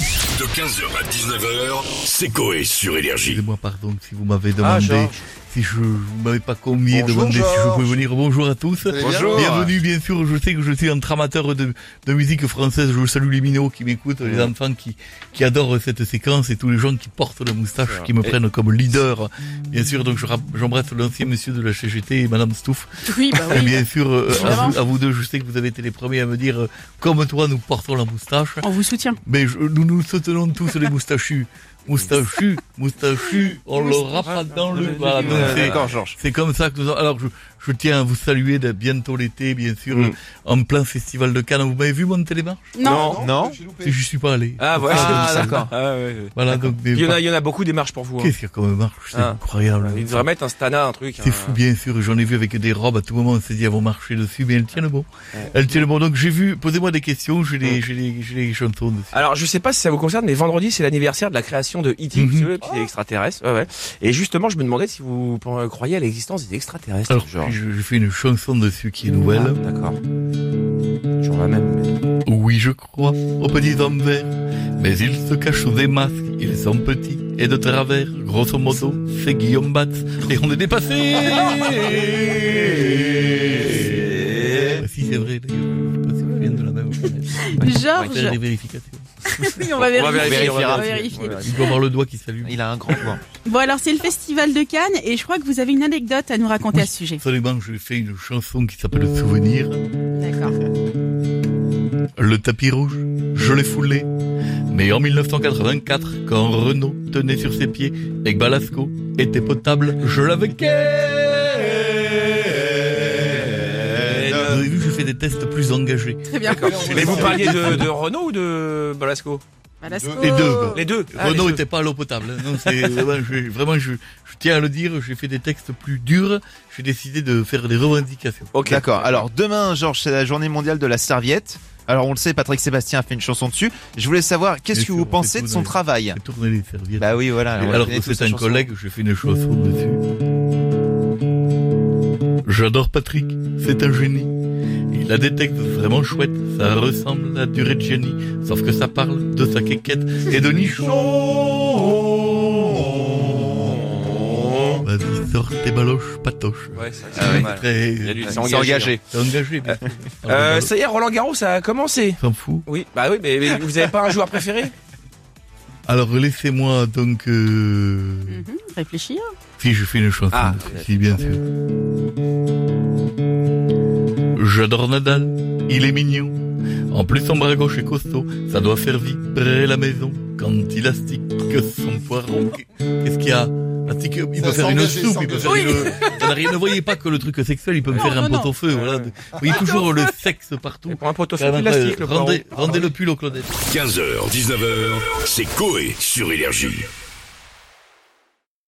De 15h à 19h, c'est Coé sur Énergie. Excusez-moi, pardon, si vous m'avez Ah, demandé, Georges. si je vous m'avez pas convié, Bonjour, demandé si je Georges. pouvais venir. Bonjour à tous. allez bien Bonjour. Bienvenue, bien sûr. Je sais que je suis entre amateurs de, de musique française. Je salue les minots qui m'écoutent, les enfants qui, qui adorent cette séquence et tous les gens qui portent la moustache, qui me prennent comme leader. Bien sûr, donc je rap- j'embrasse l'ancien monsieur de la CGT et Madame Stouff. Oui, bah Et oui. bien sûr, euh, à, Évidemment. vous, à vous deux, je sais que vous avez été les premiers à me dire, euh, comme toi, nous portons la moustache. On vous soutient. Mais je- nous nous soutenons tous les moustachus. Moustachus, moustachus, on l'aura pas dans le voilà, donc Euh, c'est- D'accord, Georges. C'est comme ça que nous. Alors, je, je tiens à vous saluer de bientôt l'été, bien sûr, Mm. en plein festival de Cannes. Vous m'avez vu mon télémarche Ah Non. Non Si je suis pas allé. Ah ouais, Ah, d'accord. Ah, ouais, ouais. Voilà, donc des. Il y en a, il y en a beaucoup des marches pour vous. hein. Qu'est-ce qu'il y a comme marche C'est Ah. incroyable. Ils devraient mettre euh, un stana, un truc. hein. C'est un- fou, bien sûr. J'en ai vu avec des robes. À tout moment, on s'est dit, elles vont marcher dessus, mais elles tiennent bon. Elles tiennent bon. Donc, j'ai vu, posez-moi des questions, j'ai Mm. les, j'ai les, j'ai les chansons dessus. Alors je sais pas si ça vous concerne, mais vendredi c'est l'anniversaire de la création de E.T. Mhm. vous savez, le petit extraterrestre. Ouais, ouais. Et justement, je me demandais si vous euh, croyez à l'existence des extraterrestres. Alors, genre. je, je fais une chanson dessus qui est nouvelle. Ah, D'accord. Toujours la même. mais- Oui, je crois aux petits hommes verts, mais ils se cachent sous des masques, ils sont petits et de travers. Grosso modo, c'est Guillaume Batz, et on est dépassé Bah, Si, c'est vrai, d'ailleurs. Je sais pas si on vient de la même planète. Ouais, Faire Georges, des vérifications. oui, on va On va vérifier. vérifier, On on va va vérifier. Il doit avoir le doigt qui s'allume. Il a un grand point. Bon, alors c'est le festival de Cannes et je crois que vous avez une anecdote à nous raconter à ce sujet. Absolument, je fais une chanson qui s'appelle Souvenir. D'accord. Le tapis rouge, je l'ai foulé. Mais en 1984, quand Renault tenait sur ses pieds et que Balasco était potable, je l'avais ken. Vous avez vu, je fais des tests plus engagés. Très bien. Mais vous parliez de, de Renault ou de Balasco Balasco. Les deux. Les deux. Ah, Renault les deux. était pas à l'eau potable. hein. Non, c'est vraiment, je, vraiment, je, je tiens à le dire, j'ai fait des textes plus durs. J'ai décidé de faire des revendications. Ok. D'accord. Alors demain, Georges, c'est la journée mondiale de la serviette. Alors on le sait, Patrick Sébastien a fait une chanson dessus. Je voulais savoir qu'est-ce Bien que sûr, vous on pensez fait de tout son dans les- travail. J'ai tourné les serviettes. Bah oui, voilà. on la Alors connaît que tous, c'est la un chanson. collègue, j'ai fait une chanson dessus. J'adore Patrick, c'est un génie. Il a des textes vraiment chouettes, ça ressemble à du Reggiani, sauf que ça parle de sa quéquette et de nichon. Vas-y, sors tes baloches, patoches. Ouais, c'est vrai que c'est Ah ouais. pas mal. Très... Il y a du- Ouais, c'est C'est engagé. hein. T'es engagé, bien sûr. Euh, ça y est, Roland Garros, ça a commencé. S'en fout. Oui, bah oui, mais, mais vous avez pas un joueur préféré Alors laissez-moi donc... euh, Mhm, Réfléchir. Si je fais une chanson, Ah, si bien sûr. J'adore Nadal, il est mignon. En plus, son bras gauche est costaud. Ça doit faire vibrer la maison quand il astique son poiron. Qu'est-ce qu'il y a Astique- il peut faire une soupe, il peut faire Oui. une... Ça n'a rien- ne voyez pas que le truc sexuel, il peut me Non, faire un non, non. pot au feu. Voilà. Vous voyez toujours le sexe partout. Et Pour un poteau C'est incroyable. élastique, le Rendez, poireau. rendez le pull au Claudette. 15h, 19h, c'est Coé sur Énergie.